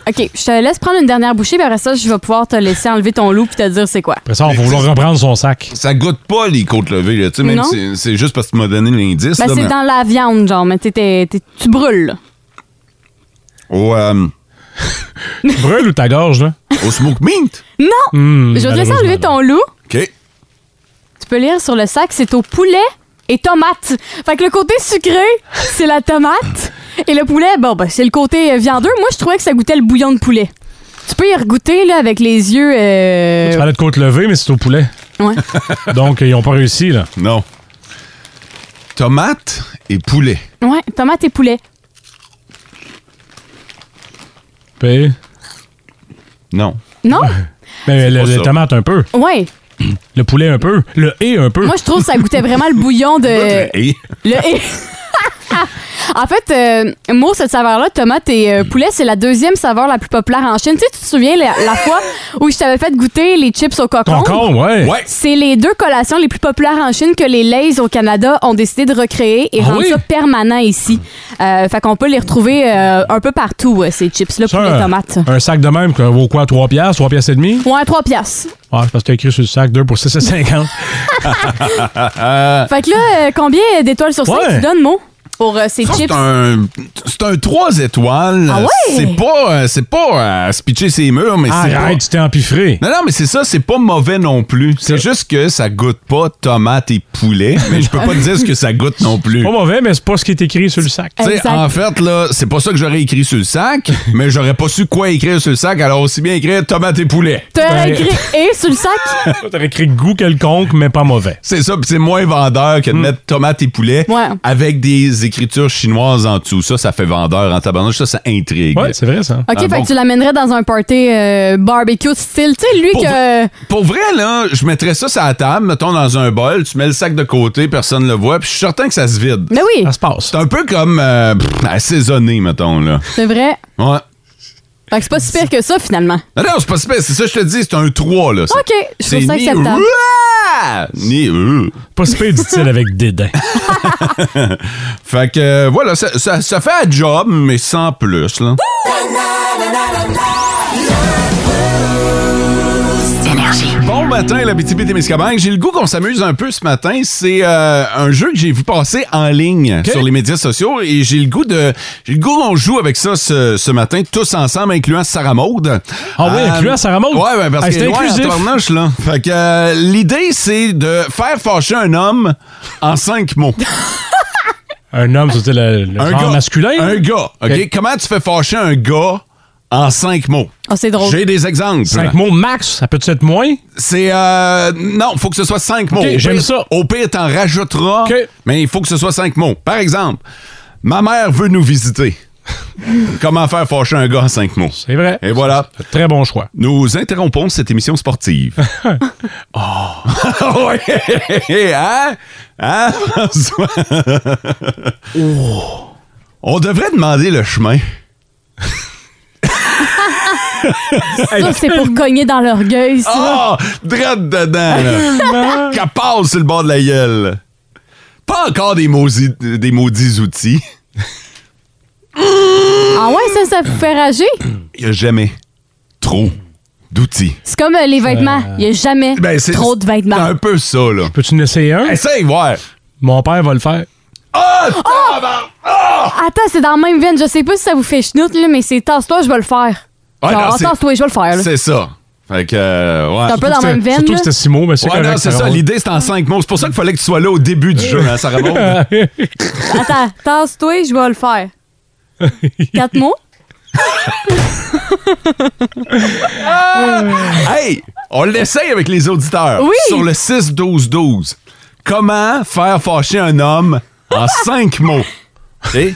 OK, je te laisse prendre une dernière bouchée, puis après ça, je vais pouvoir te laisser enlever ton loup puis te dire c'est quoi. Après ça, on va vouloir reprendre son sac. Ça goûte pas les côtes levées, là. Tu sais, même Non. si- c'est juste parce que tu m'as donné l'indice. Ben, là, c'est mais- dans la viande, genre, mais t'es, t'es- t'es- tu brûles, là. Au, euh, Tu brûles ou ta gorge, là? au smoke meat. Non! Hmm, je vais te laisser malheureusement, enlever non. ton loup. OK. Tu peux lire sur le sac, c'est au poulet et tomate. Fait que le côté sucré, c'est la tomate. Et le poulet, bon, ben, c'est le côté euh, viandeux. Moi, je trouvais que ça goûtait le bouillon de poulet. Tu peux y regoûter, là, avec les yeux. euh, Tu parlais de côte levée, mais c'est au poulet. Ouais. Donc, ils n'ont pas réussi, là. Non. Tomate et poulet. Ouais, tomate et poulet. P. Non. Non? Mais le, pas le ça. tomate, un peu. Ouais. Le poulet, un peu. Le et, un peu. Moi, je trouve que ça goûtait vraiment le bouillon de. Le et. en fait, euh, moi, cette saveur-là, tomate et euh, poulet, c'est la deuxième saveur la plus populaire en Chine. Tu sais, tu te souviens la, la fois où je t'avais fait goûter les chips au cocon? Concombre, ouais. Ouais. C'est les deux collations les plus populaires en Chine que les Lays au Canada ont décidé de recréer et Ah rendre oui? ça permanent ici. Euh, fait qu'on peut les retrouver euh, un peu partout, euh, ces chips-là, Ça, poulet un- tomate. Un sac de même, ça vaut quoi, 3 piastres, 3 piastres et demi? Ouais, trois piastres. Ah, c'est parce que t'as écrit sur le sac 2 pour 6,50. Fait que là, euh, combien d'étoiles sur 5 Ouais. tu donnes, Mo, pour euh, ces C'est chips? un, c'est un 3 étoiles. Ah ouais? C'est pas, euh, c'est pas à se pitcher ses murs, mais c'est pas... Arrête, tu t'es empiffré. Non, non, mais c'est ça, c'est pas mauvais non plus. C'est juste que ça goûte pas tomate et poulet, mais je peux pas te dire ce que ça goûte non plus. Pas mauvais, mais c'est pas ce qui est écrit sur le sac. Tu sais, en fait, là, c'est pas ça que j'aurais écrit sur le sac, mais j'aurais pas su quoi écrire sur le sac, alors aussi bien écrire tomate et poulet. T'aurais écrit et sur le sac? T'aurais écrit goût quelconque, mais pas mauvais. C'est ça, puis c'est moins vendeur que de mettre tomate et poulet Mm. Ouais. avec des écritures chinoises en dessous. Ça, ça fait vendeur en tabarnouche. Ça, ça intrigue. Ouais, c'est vrai, ça. Ah, OK, fait que tu l'amènerais dans un party euh, barbecue style. Tu sais, lui Pour que... Pour vrai, là, je mettrais ça sur la table, mettons dans un bol, tu mets le sac de côté, personne ne le voit, puis je suis certain que ça se vide. Mais Ben oui. Ça se passe. C'est un peu comme euh, pff, assaisonné, mettons, là. C'est vrai. Ouais. Fait que c'est pas si pire que ça, finalement. Non, non, c'est pas si pire, c'est ça que je te dis, c'est un 3, là. C'est- OK, je trouve c'est ça ni acceptable. Ah, ni euh. Pas si pire, dit-il avec dédain. fait que euh, voilà, ça, ça, ça fait un job, mais sans plus, là. Bon matin, la BTB Témiscamingue. J'ai le goût qu'on s'amuse un peu ce matin. C'est euh, un jeu que j'ai vu passer en ligne sur les médias sociaux et j'ai le goût de. J'ai le goût qu'on joue avec ça ce, ce matin, tous ensemble, incluant Sarah Maud. Euh, Ah oui, incluant Sarah Maud? Ouais, ouais, parce Hey, que c'est ouais, en inclusif. tabarnouche, là. Fait que euh, l'idée, c'est de faire fâcher un homme en cinq mots. Un homme, c'était le, le genre masculin. Un gars. OK? Ok. Comment tu fais fâcher un gars en cinq mots? Ah, c'est drôle. J'ai des exemples. Cinq mots max, ça peut-tu être moins? C'est. Euh, non, faut que ce soit cinq mots. Ok, Au pire- j'aime ça. Au pire, t'en rajouteras, Ok. mais il faut que ce soit cinq mots. Par exemple, ma mère veut nous visiter. Comment faire fâcher un gars en cinq mots? C'est vrai. Et voilà. Très bon choix. Nous interrompons cette émission sportive. oh! ouais! Hein? Hein, François? Oh. On devrait demander le chemin. Ça, c'est pour cogner dans l'orgueil, ça. Ah! Drette dedans, là. Qu'elle passe sur le bord de la gueule. Pas encore des, mausi- des maudits outils. Ah ouais, ça, ça vous fait rager? Il n'y a jamais trop d'outils. C'est comme euh, les vêtements. Il n'y a jamais Ben, c'est- trop de C'est vêtements. un peu ça, là. Peux-tu en essayer un? Essaye, ouais. Mon père va le faire. Ah! Attends, c'est dans la même veine. Je sais pas si ça vous fait chenoute, là, mais c'est tasse-toi, je vais le faire. Ouais, non, Genre, ah, c'est- tasse-toi, je vais le faire. là. C'est ça. Fait que, euh, ouais. C'est un peu dans la même veine. Surtout là. que c'était six mots, mais c'est Ouais, correct, non, c'est Sarah ça. Maud. L'idée, c'est en cinq mots. C'est pour ça qu'il fallait que tu sois là au début du jeu, hein, Sarah Maud? Attends, tasse-toi, je vais le faire. Quatre mots? Hey, on l'essaye avec les auditeurs. Oui. Sur le 6-12-12. Comment faire fâcher un homme en 5 mots? Tu sais?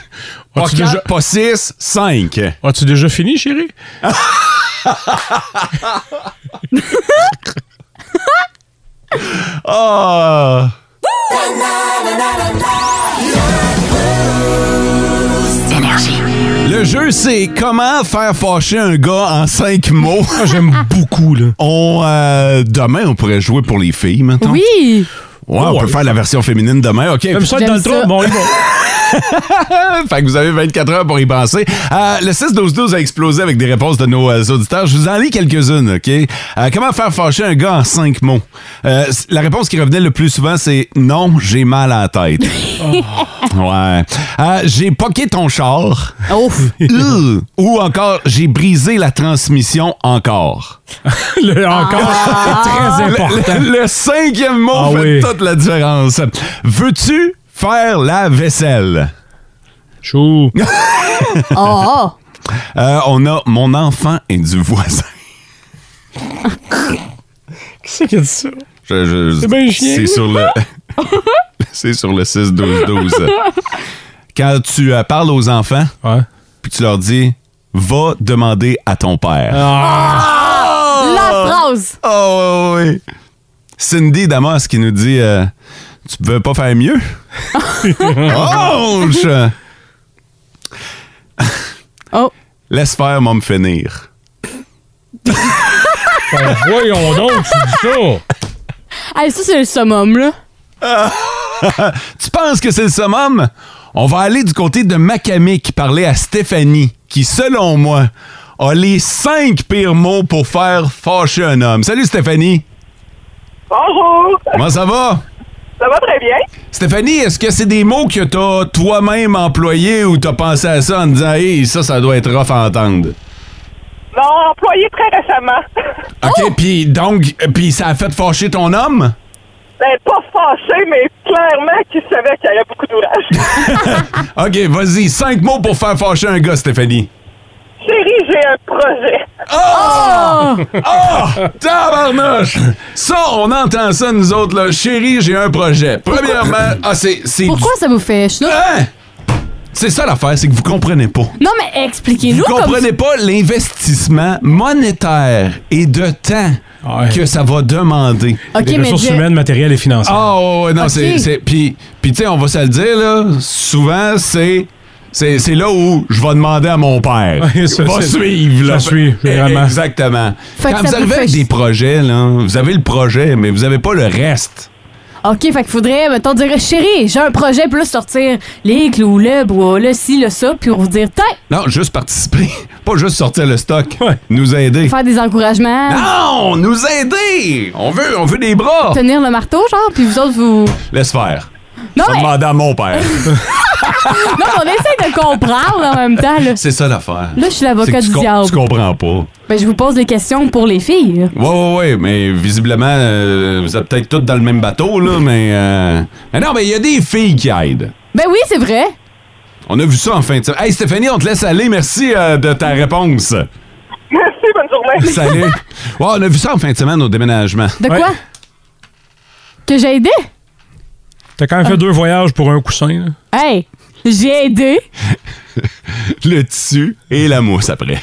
Pas As-tu 4, déjà- pas 6, 5. As-tu déjà fini, chérie? Ah! Le jeu, c'est comment faire fâcher un gars en 5 mots. Ah, J'aime beaucoup, là. On, euh, demain, on pourrait jouer pour les filles, maintenant. Oui! Ouais, on peut faire la version féminine demain. OK. Comme Oh, ça, être dans le J'aime trou, ça. bon, on y va. Hein? fait que vous avez 24 heures pour y penser. Euh, le 6-12-12 a explosé avec des réponses de nos euh, auditeurs. Je vous en lis quelques-unes, OK? Euh, comment faire fâcher un gars en cinq mots? Euh, c- la réponse qui revenait le plus souvent, c'est « Non, j'ai mal à la tête. Ouais. Euh, j'ai poqué ton char. Oh. Ouf! Euh. Ou encore « J'ai brisé la transmission encore. Le encore, Ah. très » important. le, le cinquième mot Ah fait oui. toute la différence. « Veux-tu faire la vaisselle? » Chou. Oh, oh! Euh, on a mon enfant et du voisin. Qui c'est qui a dit ça? Je- je- C'est bien chien. C'est sur le. c'est sur le 6-12-12. Quand tu euh, parles aux enfants, puis tu leur dis Va demander à ton père. Ah. La phrase! Oh, oui, oui. Cindy Damas qui nous dit euh, Tu veux pas faire mieux? Ouch! Oh. Laisse faire, moi me finir. Ben, voyons donc, tu Hey, ça, c'est le summum, là. tu penses que c'est le summum? On va aller du côté de Macamé qui parlait à Stéphanie, qui, selon moi, a les cinq pires mots pour faire fâcher un homme. Salut Stéphanie! Bonjour! Comment ça va? Ça va très bien? Stéphanie, est-ce que c'est des mots que t'as toi-même employés ou t'as pensé à ça en disant Hey, ça, ça doit être rough à entendre? Non, employé très récemment. Oh! OK, puis donc, puis ça a fait fâcher ton homme? Ben, pas fâché, mais clairement qu'il savait qu'il y avait beaucoup d'ourage. OK, vas-y, cinq mots pour faire fâcher un gars, Stéphanie. Chérie, j'ai un projet. Ah! Oh! Oh! Tabarnouche! Ça, on entend ça, nous autres, là. Chérie, j'ai un projet. Premièrement, ah, c'est. c'est du- Pourquoi ça vous fait chier? Hein? C'est ça l'affaire, c'est que vous comprenez pas. Non, mais expliquez-nous Vous comme... comprenez pas l'investissement monétaire et de temps que ça va demander. Ok, Des mais ressources je- humaines, matérielles et financières. Ah, ouais, ouais, non, Ok. c'est- c'est. Puis, puis, tu sais, on va se le dire, là, souvent, c'est. C'est c'est là où je vais demander à mon père. Ouais, ça, va c'est- suivre, là. ça suit, vraiment. Exactement. Fait que Quand ça vous peut arrivez avec faire- des projets, là, vous avez le projet, mais vous avez pas le reste. OK, fait qu'il faudrait, mettons, dire « Chérie, j'ai un projet », puis là, sortir les clous, le bois, le ci, le ça, puis vous dire « Tiens, Non, juste participer. Pas juste sortir le stock. Nous aider. faire des encouragements. » Non, nous aider! On veut, on veut des bras! Tenir le marteau, genre, puis vous autres, vous... Laisse faire. Non, Ça mais- demandait à mon père. non, mais on essaie de comprendre en même temps, là. C'est ça l'affaire. Là, je suis l'avocat C'est que du tu com- diable. Tu comprends pas. Ben, je vous pose des questions pour les filles. Ouais, ouais, ouais, mais visiblement, euh, vous êtes peut-être tous dans le même bateau, là, mais. euh, mais non, mais il y a des filles qui aident. Ben oui, c'est vrai. On a vu ça en fin de semaine. Hey, Stéphanie, on te laisse aller. Merci euh, de ta réponse. Merci, bonne journée. Salut. Ouais, on a vu ça en fin de semaine au déménagement. De quoi? Que j'ai aidé? Ah. T'as quand même fait deux voyages pour un coussin. là. Hey, j'ai aidé. Le tissu et la mousse après.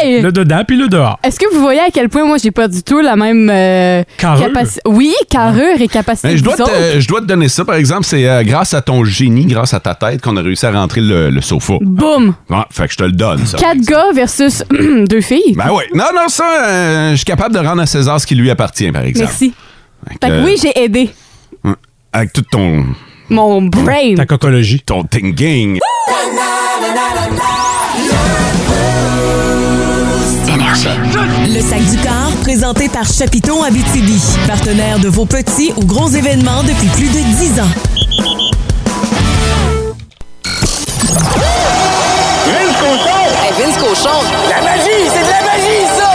Hey! Le dedans puis le dehors. Est-ce que vous voyez à quel point moi j'ai pas du tout la même euh, Carrure. capaci- Oui, carrure et capacité. Mais je, que dois vous autres. te, je dois te donner ça, par exemple, c'est euh, grâce à ton génie, grâce à ta tête, qu'on a réussi à rentrer le, le sofa. Boum! Bon, fait que je te le donne, ça. Mm. Quatre gars versus deux filles. Ben oui. Non, non, ça, euh, je suis capable de rendre à César ce qui lui appartient, par exemple. Merci. Fait que Bah, euh, oui, j'ai aidé. Avec tout ton... Mon brain. cocologie. Ton thinking. Le sac du corps, présenté par Chapiton Abitibi, partenaire de vos petits ou gros événements depuis plus de 10 ans. Vince Cochon! Vince Cochon! La magie! C'est de la magie, ça!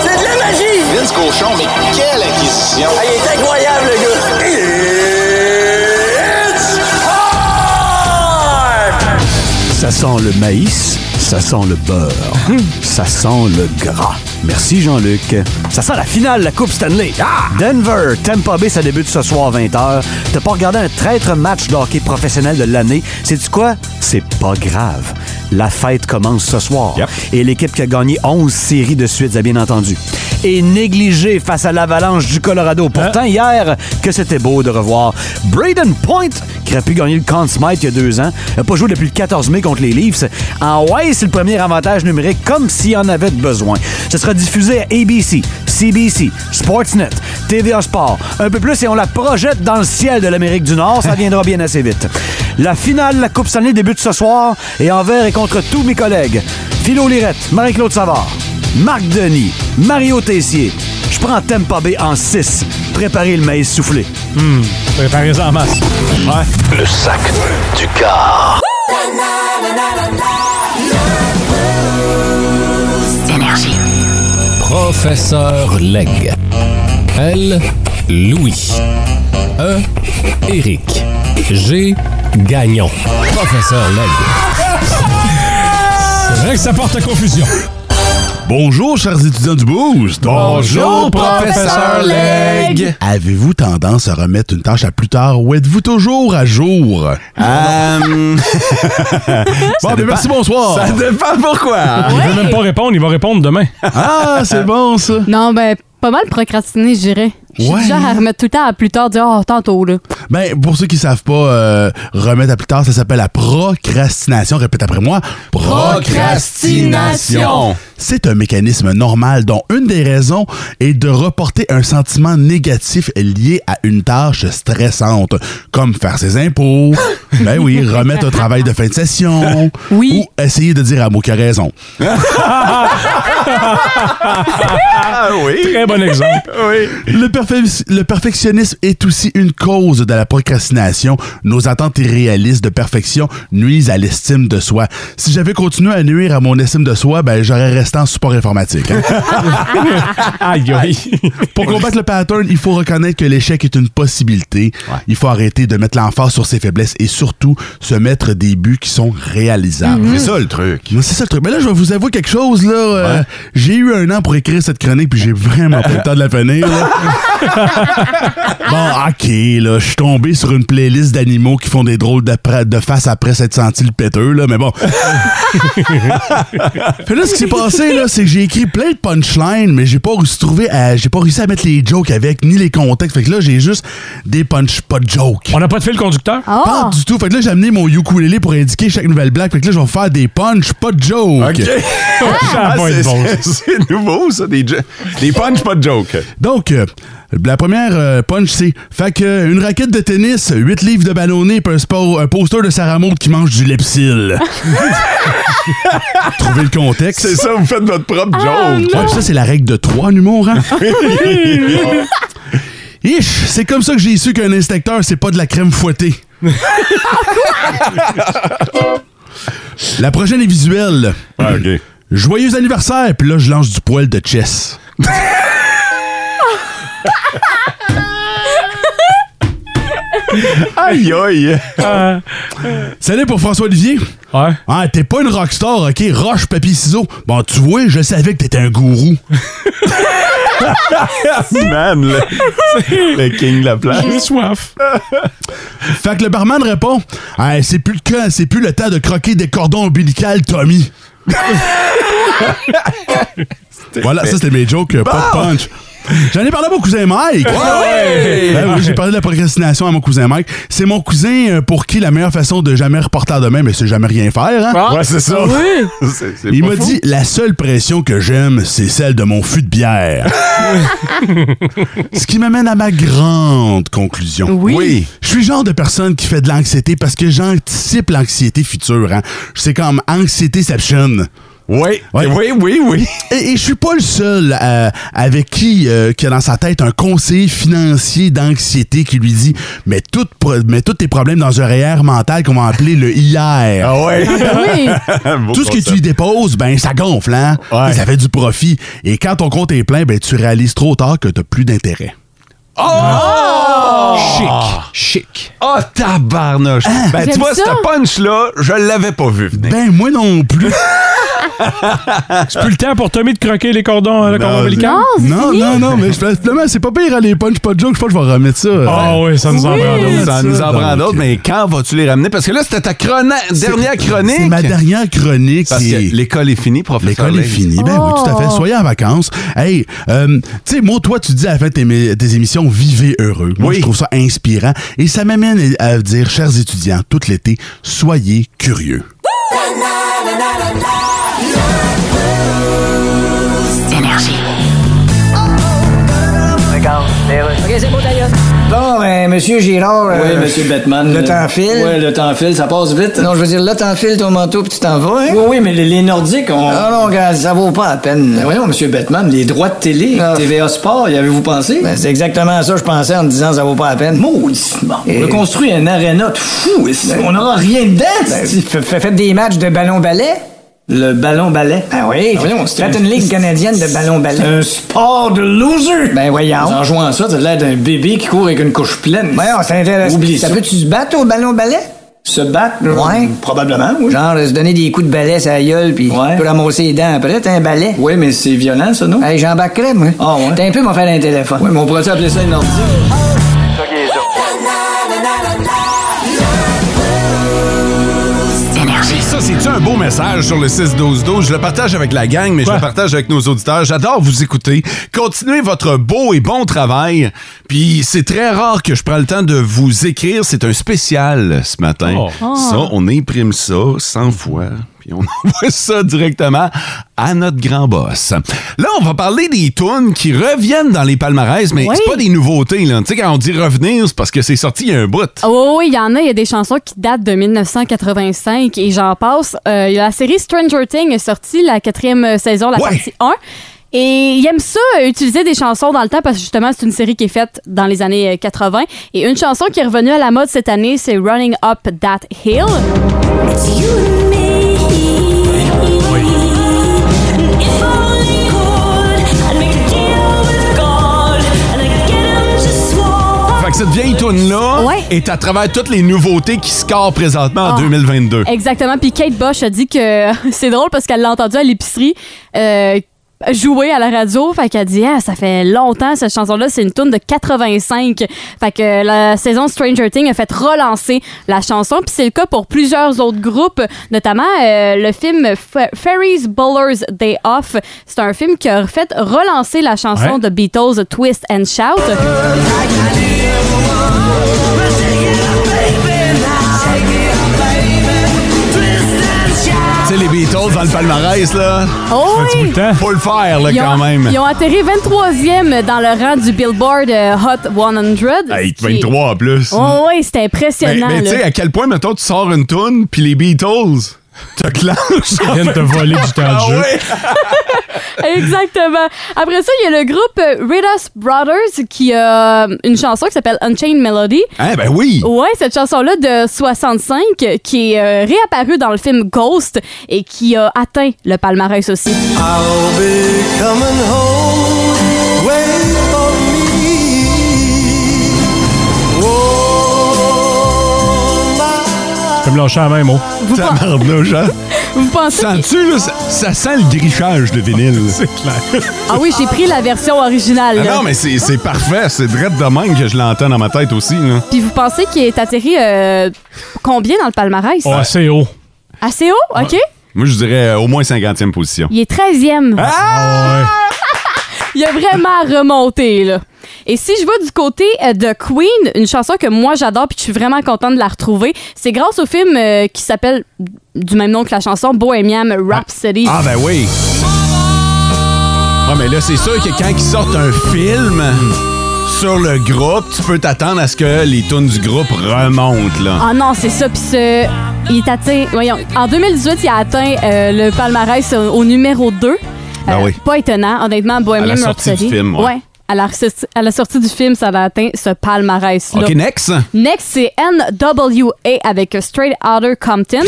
C'est de la magie! Vince Cochon, mais quelle acquisition! Ah, il est incroyable, le gars! It's Ça sent le maïs, ça sent le beurre, ça sent le gras. Merci Jean-Luc. Ça sent la finale de la Coupe Stanley. Ah! Denver, Tampa Bay, ça débute ce soir à 20h. T'as pas regardé un traître match de hockey professionnel de l'année. C'est-tu quoi? C'est pas grave. La fête commence ce soir. Et l'équipe qui a gagné 11 séries de suite, a bien entendu. Et négligée face à l'avalanche du Colorado. Pourtant, hier, que c'était beau de revoir Braden Point, qui aurait pu gagner le Conn Smythe il y a deux ans. Il n'a pas joué depuis le 14 mai contre les Leafs. En ouais, c'est le premier avantage numérique, comme s'il y en avait de besoin. Ce sera diffusé à ABC, CBC, Sportsnet, TVA Sport. Un peu plus et on la projette dans le ciel de l'Amérique du Nord. Ça viendra bien assez vite. La finale de la Coupe Stanley débute ce soir et envers et contre tous mes collègues. Philo Lirette, Marie-Claude Savard, Marc Denis, Mario Tessier. Je prends Tempa B en 6. Préparez le maïs soufflé. Préparez ça en masse. Le sac du car. Énergie. Professeur Leg. L. Louis. E. Éric. G. Gagnon. Professeur Leg. C'est vrai que ça porte à confusion. Bonjour, chers étudiants du Boost. Bonjour, professeur Legge. Avez-vous tendance à remettre une tâche à plus tard ou êtes-vous toujours à jour? Euh... bon, Ça ben, dépend- merci, bonsoir. Ça dépend pourquoi. Il veut même pas répondre, il va répondre demain. Ah, c'est bon, ça. Non, ben, pas mal procrastiné, je dirais. Je suis Ouais. du genre à remettre tout le temps à plus tard, dire, oh, tantôt, là. Ben, pour ceux qui savent pas, euh, remettre à plus tard, ça s'appelle la procrastination. Répète après moi. Procrastination. C'est un mécanisme normal dont une des raisons est de reporter un sentiment négatif lié à une tâche stressante, comme faire ses impôts, ben oui, remettre un travail de fin de session, euh, ou essayer de dire à mot qui a raison. Ah oui. Très bon exemple. Le, perfe- le perfectionnisme est aussi une cause de la procrastination. Nos attentes irréalistes de perfection nuisent à l'estime de soi. Si j'avais continué à nuire à mon estime de soi, ben j'aurais resté en support informatique. hein. Aïe, aïe. Pour combattre le pattern, il faut reconnaître que l'échec est une possibilité. Il faut arrêter de mettre l'emphase sur ses faiblesses et surtout se mettre des buts qui sont réalisables. C'est ça le truc. Non, C'est ça le truc. Mais là, je vais vous avouer quelque chose. là. Euh, J'ai eu un an pour écrire cette chronique, puis j'ai vraiment pas le temps de la finir. là. bon, OK, là, je suis tombé sur une playlist d'animaux qui font des drôles de, pra- de face après s'être senti le péteux, là, mais bon. Fait là, ce qui s'est passé, là, c'est que j'ai écrit plein de punchlines, mais j'ai pas réussi à trouver à- j'ai pas réussi à mettre les jokes avec, ni les contextes. Fait que là, j'ai juste des punch, pas de jokes. On n'a pas de fil conducteur? Ah, Ah! Pas du tout. Fait que là, j'ai amené mon ukulélé pour indiquer chaque nouvelle blague. Fait que là, je vais faire des punch, pas de jokes. OK. Ah, c'est- c'est- c'est nouveau, ça, des, jo- des punch, pas de joke. Donc, euh, la première euh, punch, c'est Fait que euh, une raquette de tennis, 8 livres de ballonné, puis un, spo- un poster de Sarah Maud qui mange du Lepsil. Trouvez le contexte. C'est ça, vous faites votre propre joke. Ouais, puis ça, c'est la règle de 3 en humour, hein? Ish, c'est comme ça que j'ai su qu'un inspecteur, c'est pas de la crème fouettée. la prochaine est visuelle. Ah, OK. Joyeux anniversaire, puis là, je lance du poil de chess. Aïe, aïe. Salut pour François Olivier. Ouais. Ah, t'es pas une rockstar, ok? Roche, papier, ciseaux. Bon, tu vois, je savais que t'étais un gourou. Man, le, le king de la place. J'ai soif. Fait que le barman répond Ah, c'est plus le cas, c'est plus le temps de croquer des cordons ombilicales, Tommy. voilà, ça c'était mes jokes, euh, pas de punch. J'en ai parlé à mon cousin Mike. Ah Ouais! Ben oui, j'ai parlé de la procrastination à mon cousin Mike. C'est mon cousin euh, pour qui la meilleure façon de jamais reporter à demain, mais c'est jamais rien faire. hein? Ouais, c'est ça. Oui. C'est- c'est Il pas m'a faux. dit La seule pression que j'aime, c'est celle de mon fût de bière. Ce qui m'amène à ma grande conclusion. Oui. Oui. Je suis le genre de personne qui fait de l'anxiété parce que j'anticipe l'anxiété future. Hein. C'est comme anxiétéception. Oui, oui, oui, oui. Et, et je suis pas le seul euh, avec qui euh, qui a dans sa tête un conseiller financier d'anxiété qui lui dit mais tout pro- mets tous tes problèmes dans un REER mental qu'on va appeler le IR. Ah ouais. Beau Tout ce que concept. tu y déposes, ben ça gonfle, hein? Et ça fait du profit. Et quand ton compte est plein, ben tu réalises trop tard que t'as plus d'intérêt. Oh! Chic. Oh, tabarnouche. Ben, tu Ah, J'aime vois, ça. cette punch-là, je l'avais pas vu venir. Ben moi non plus. C'est plus le temps pour Tommy de croquer les cordons, euh, le cordon ombilical? non, non, non, mais je fais- finalement, c'est pas pire, hein, les punch pas de joke, je pense que je vais remettre ça. Ah oui, ça nous en prend d'autres. Ça nous en prend Donc, d'autres, mais quand vas-tu les ramener? Parce que là, c'était ta chrona- dernière chronique. C'est ma dernière chronique. Parce que et- l'école est finie, professeur. L'école est Lang. finie. Ben oui, tout à fait. Soyez en vacances. Hey, euh, tu sais, moi, toi, tu dis à la fin de tes, tes émissions, vivez heureux. Moi, Oui. je trouve ça inspirant. Et ça m'amène à dire, chers étudiants, tout l'été, soyez curieux. OK, c'est bon, d'ailleurs. Bon, ben, monsieur Girard. Oui, monsieur Batman. Le temps file. Oui, le temps Euh, file, ça passe vite. Non, je veux dire, là, t'enfiles ton manteau puis tu t'en vas, hein? Oui, oui, mais les, les Nordiques ont. Ah non, gars, ça vaut pas la peine. Ben voyons, monsieur Batman, les droits de télé, Ah. TVA Sport, y avez-vous pensé? Ben, c'est exactement ça, je pensais en me disant, ça vaut pas la peine. Maudissement. Et- On a construit un aréna de fou. ici. Ben- On n'aura rien dedans. Ben, c'est- f- f- faites des matchs de ballon-ballet? Le ballon-ballet. Ben oui, Ben voyons, c'est faites un- une ligue canadienne de C'est ballon-ballet. un sport de loser. Ben voyons. En jouant à ça, t'as l'air d'un bébé qui court avec une couche pleine. Voyons, c'est intéressant. Oublie ça. ça. peut-tu se battre au ballon-ballet? Se battre, là, probablement, oui. Genre, euh, se donner des coups de balai sur la gueule, puis Ouais. pour ramasser les dents après, t'as un balai. Oui, mais c'est violent, ça, non? Hey, j'embarquerais, moi. Ah, ouais. T'as un peu m'en faire un téléphone. Oui, mais on pourrait appeler ça un ordi. Ça, c'est-tu un beau message sur le 6-12-12? Je le partage avec la gang, mais je le partage avec nos auditeurs. J'adore vous écouter. Continuez votre beau et bon travail. Puis c'est très rare que je prends le temps de vous écrire. C'est un spécial ce matin. Oh. Ça, on imprime ça 100 fois. Puis on envoie ça directement à notre grand boss. Là, on va parler des tunes qui reviennent dans les palmarès, mais c'est pas des nouveautés. là. Tu sais, quand on dit revenir, c'est parce que c'est sorti il y a un bout. Ah oui, oui, il y en a. Il y a des chansons qui datent de 1985 et j'en passe. Euh, il y a la série Stranger Things est sortie, la quatrième euh, saison, la Ouais. partie 1. Et il aime ça, euh, utiliser des chansons dans le temps, parce que justement, c'est une série qui est faite dans les années euh, 80. Et une chanson qui est revenue à la mode cette année, c'est Running Up That Hill. Fait que cette vieille toune-là est à travers toutes les nouveautés qui scorent présentement Ah. en 2022. Exactement. Puis Kate Bosch a dit que c'est drôle parce qu'elle l'a entendu à l'épicerie euh, jouer à la radio. Fait qu'elle dit, ah, ça fait longtemps cette chanson-là, c'est une tune de 85. Fait que la saison Stranger Things a fait relancer la chanson. Puis c'est le cas pour plusieurs autres groupes, notamment euh, le film F- Ferris Bueller's Day Off. C'est un film qui a fait relancer la chanson Ouais. de Beatles Twist and Shout. Tu sais, les Beatles dans le palmarès, là. Oh oui! Faut le faire, là, Ils ont- quand même. Ils ont atterri 23e dans le rang du Billboard euh, Hot 100. Hey, ce qui est- 23 en plus. Oh, oui, c'était impressionnant. mais mais tu sais, là. à quel point, mettons, tu sors une toune, puis les Beatles te clenchent. Ils viennent te voler du temps de Ah jeu. Exactement. Après ça, il y a le groupe euh, Ritas Brothers qui a euh, une chanson qui s'appelle Unchained Melody. Ah, ben oui. Ouais, cette chanson-là de 65 euh, qui est euh, réapparue dans le film Ghost et qui a atteint le palmarès aussi. I'll be coming home. Wait for me. Tu peux me lâcher la même, mot. Ça marde, là, Jean. Vous pensez Sens-tu, là, ça, ça sent le grichage de vinyle. c'est clair. Ah oui, j'ai pris la version originale. Ah là. non, mais c'est c'est parfait. C'est drette de même que je l'entends dans ma tête aussi, là. Puis vous pensez qu'il est atterri euh, combien dans le palmarès? Oh, assez haut. Assez haut, OK. Moi, je dirais euh, au moins 50e position. Il est 13e. Ah! Il a vraiment remonté, là. Et si je vais du côté euh, de Queen, une chanson que moi j'adore puis que je suis vraiment contente de la retrouver, c'est grâce au film euh, qui s'appelle du même nom que la chanson Bohemian Rhapsody. Ah ben oui. Ah mais là c'est sûr que quand ils sortent un film sur le groupe, tu peux t'attendre à ce que les tunes du groupe remontent là. Ah non, c'est ça. Puis ce, il est atteint. Voyons, en 2018, il a atteint euh, le palmarès au, au numéro 2. Ben oui. Pas étonnant, honnêtement, Bohemian À la sortie Rhapsody. du film, ouais. À la, sorti- à la sortie du film, ça a atteint ce palmarès-là. OK, next. Next, c'est NWA avec Straight Outta Compton.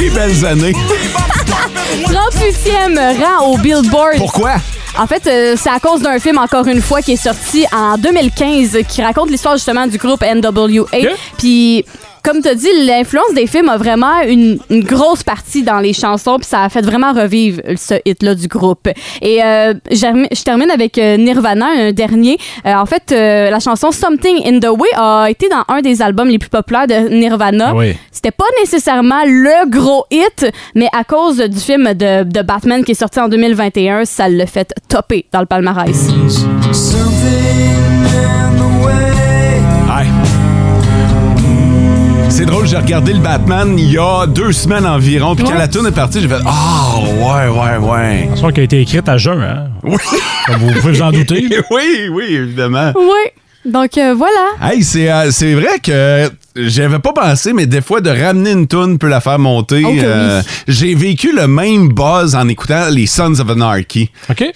Et belles années. 38e rang au Billboard. Pourquoi? En fait, euh, c'est à cause d'un film, encore une fois, qui est sorti en 2015, qui raconte l'histoire justement du groupe NWA. Puis, comme tu dit, l'influence des films a vraiment une, une grosse partie dans les chansons, puis ça a fait vraiment revivre ce hit-là du groupe. Et euh, j'arm- je termine avec euh, Nirvana, un dernier. Euh, en fait, euh, la chanson Something in the Way a été dans un des albums les plus populaires de Nirvana. Ah oui. C'était pas nécessairement le gros hit, mais à cause du film de, de Batman qui est sorti en 2021, ça l'a fait topper dans le palmarès. Ouais. C'est drôle, j'ai regardé le Batman il y a deux semaines environ, puis quand Ouais. la tune est partie, j'ai fait Ah ouais ouais ouais. Chanson qui a été écrite à jeun, hein? Oui. vous pouvez vous en douter. oui oui évidemment. Oui. Donc euh, voilà. Hey, c'est euh, c'est vrai que J'avais pas pensé, mais des fois, de ramener une toune peut la faire monter. euh, oui. J'ai vécu le même buzz en écoutant les Sons of Anarchy.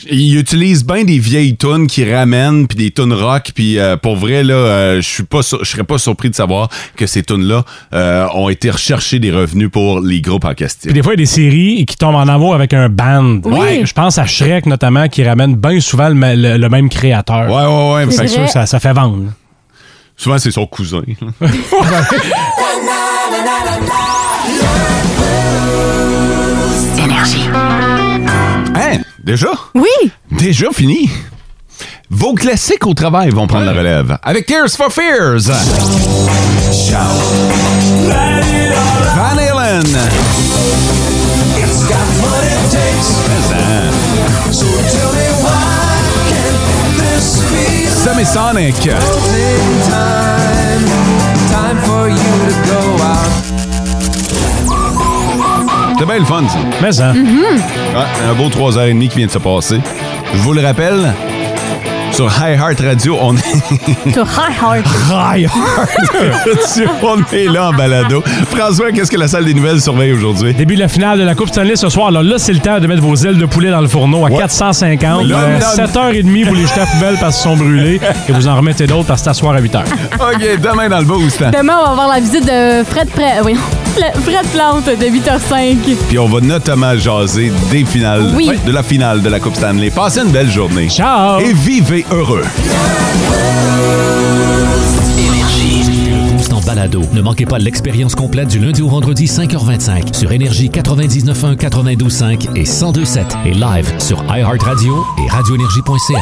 Ils utilisent bien des vieilles tunes qui ramènent, puis des tunes rock, puis euh, pour vrai, là, euh, je suis pas sur- je serais pas surpris de savoir que ces tunes-là euh, ont été recherchées des revenus pour les groupes en question. Puis des fois, il y a des séries qui tombent en amour avec un band. Oui. Ouais, Je pense à Shrek, notamment, qui ramène bien souvent le, ma- le- le même créateur. Ouais, ouais, ouais. Fait que Fait que- ça, ça, ça fait vendre. Souvent, c'est son cousin. Énergie. Hein? Déjà? Oui! Déjà fini? Vos classiques au travail vont prendre la relève avec Tears for Fears. Van Halen. Semisonic. C'était bien le fun, ça. Mm-hmm. Mais hein. ça. Ouais, un beau 3h30 qui vient de se passer. Je vous le rappelle, sur High Heart Radio, on est... Sur High Heart. High Heart! on est là en balado. François, qu'est-ce que la salle des nouvelles surveille aujourd'hui? Début de la finale de la Coupe Stanley ce soir. Alors là, c'est le temps de mettre vos ailes de poulet dans le fourneau à 450. Là, Euh, là, 7h30, vous les jetez à la poubelle parce qu'ils sont brûlés et vous en remettez d'autres parce que c'est à soir à 8h. OK, demain dans le boost. Demain, on va avoir la visite de Fred, Pre- oui, le- Fred Plante de 8h05. Puis on va notamment jaser des finales, Oui. de la finale de la Coupe Stanley. Passez une belle journée. Ciao! Et vivez heureux. Le Boost en balado. Ne manquez pas l'expérience complète du lundi au vendredi 5h25 sur Énergie 99.1, 92.5 et 102.7 et live sur iHeartRadio et radioénergie.ca.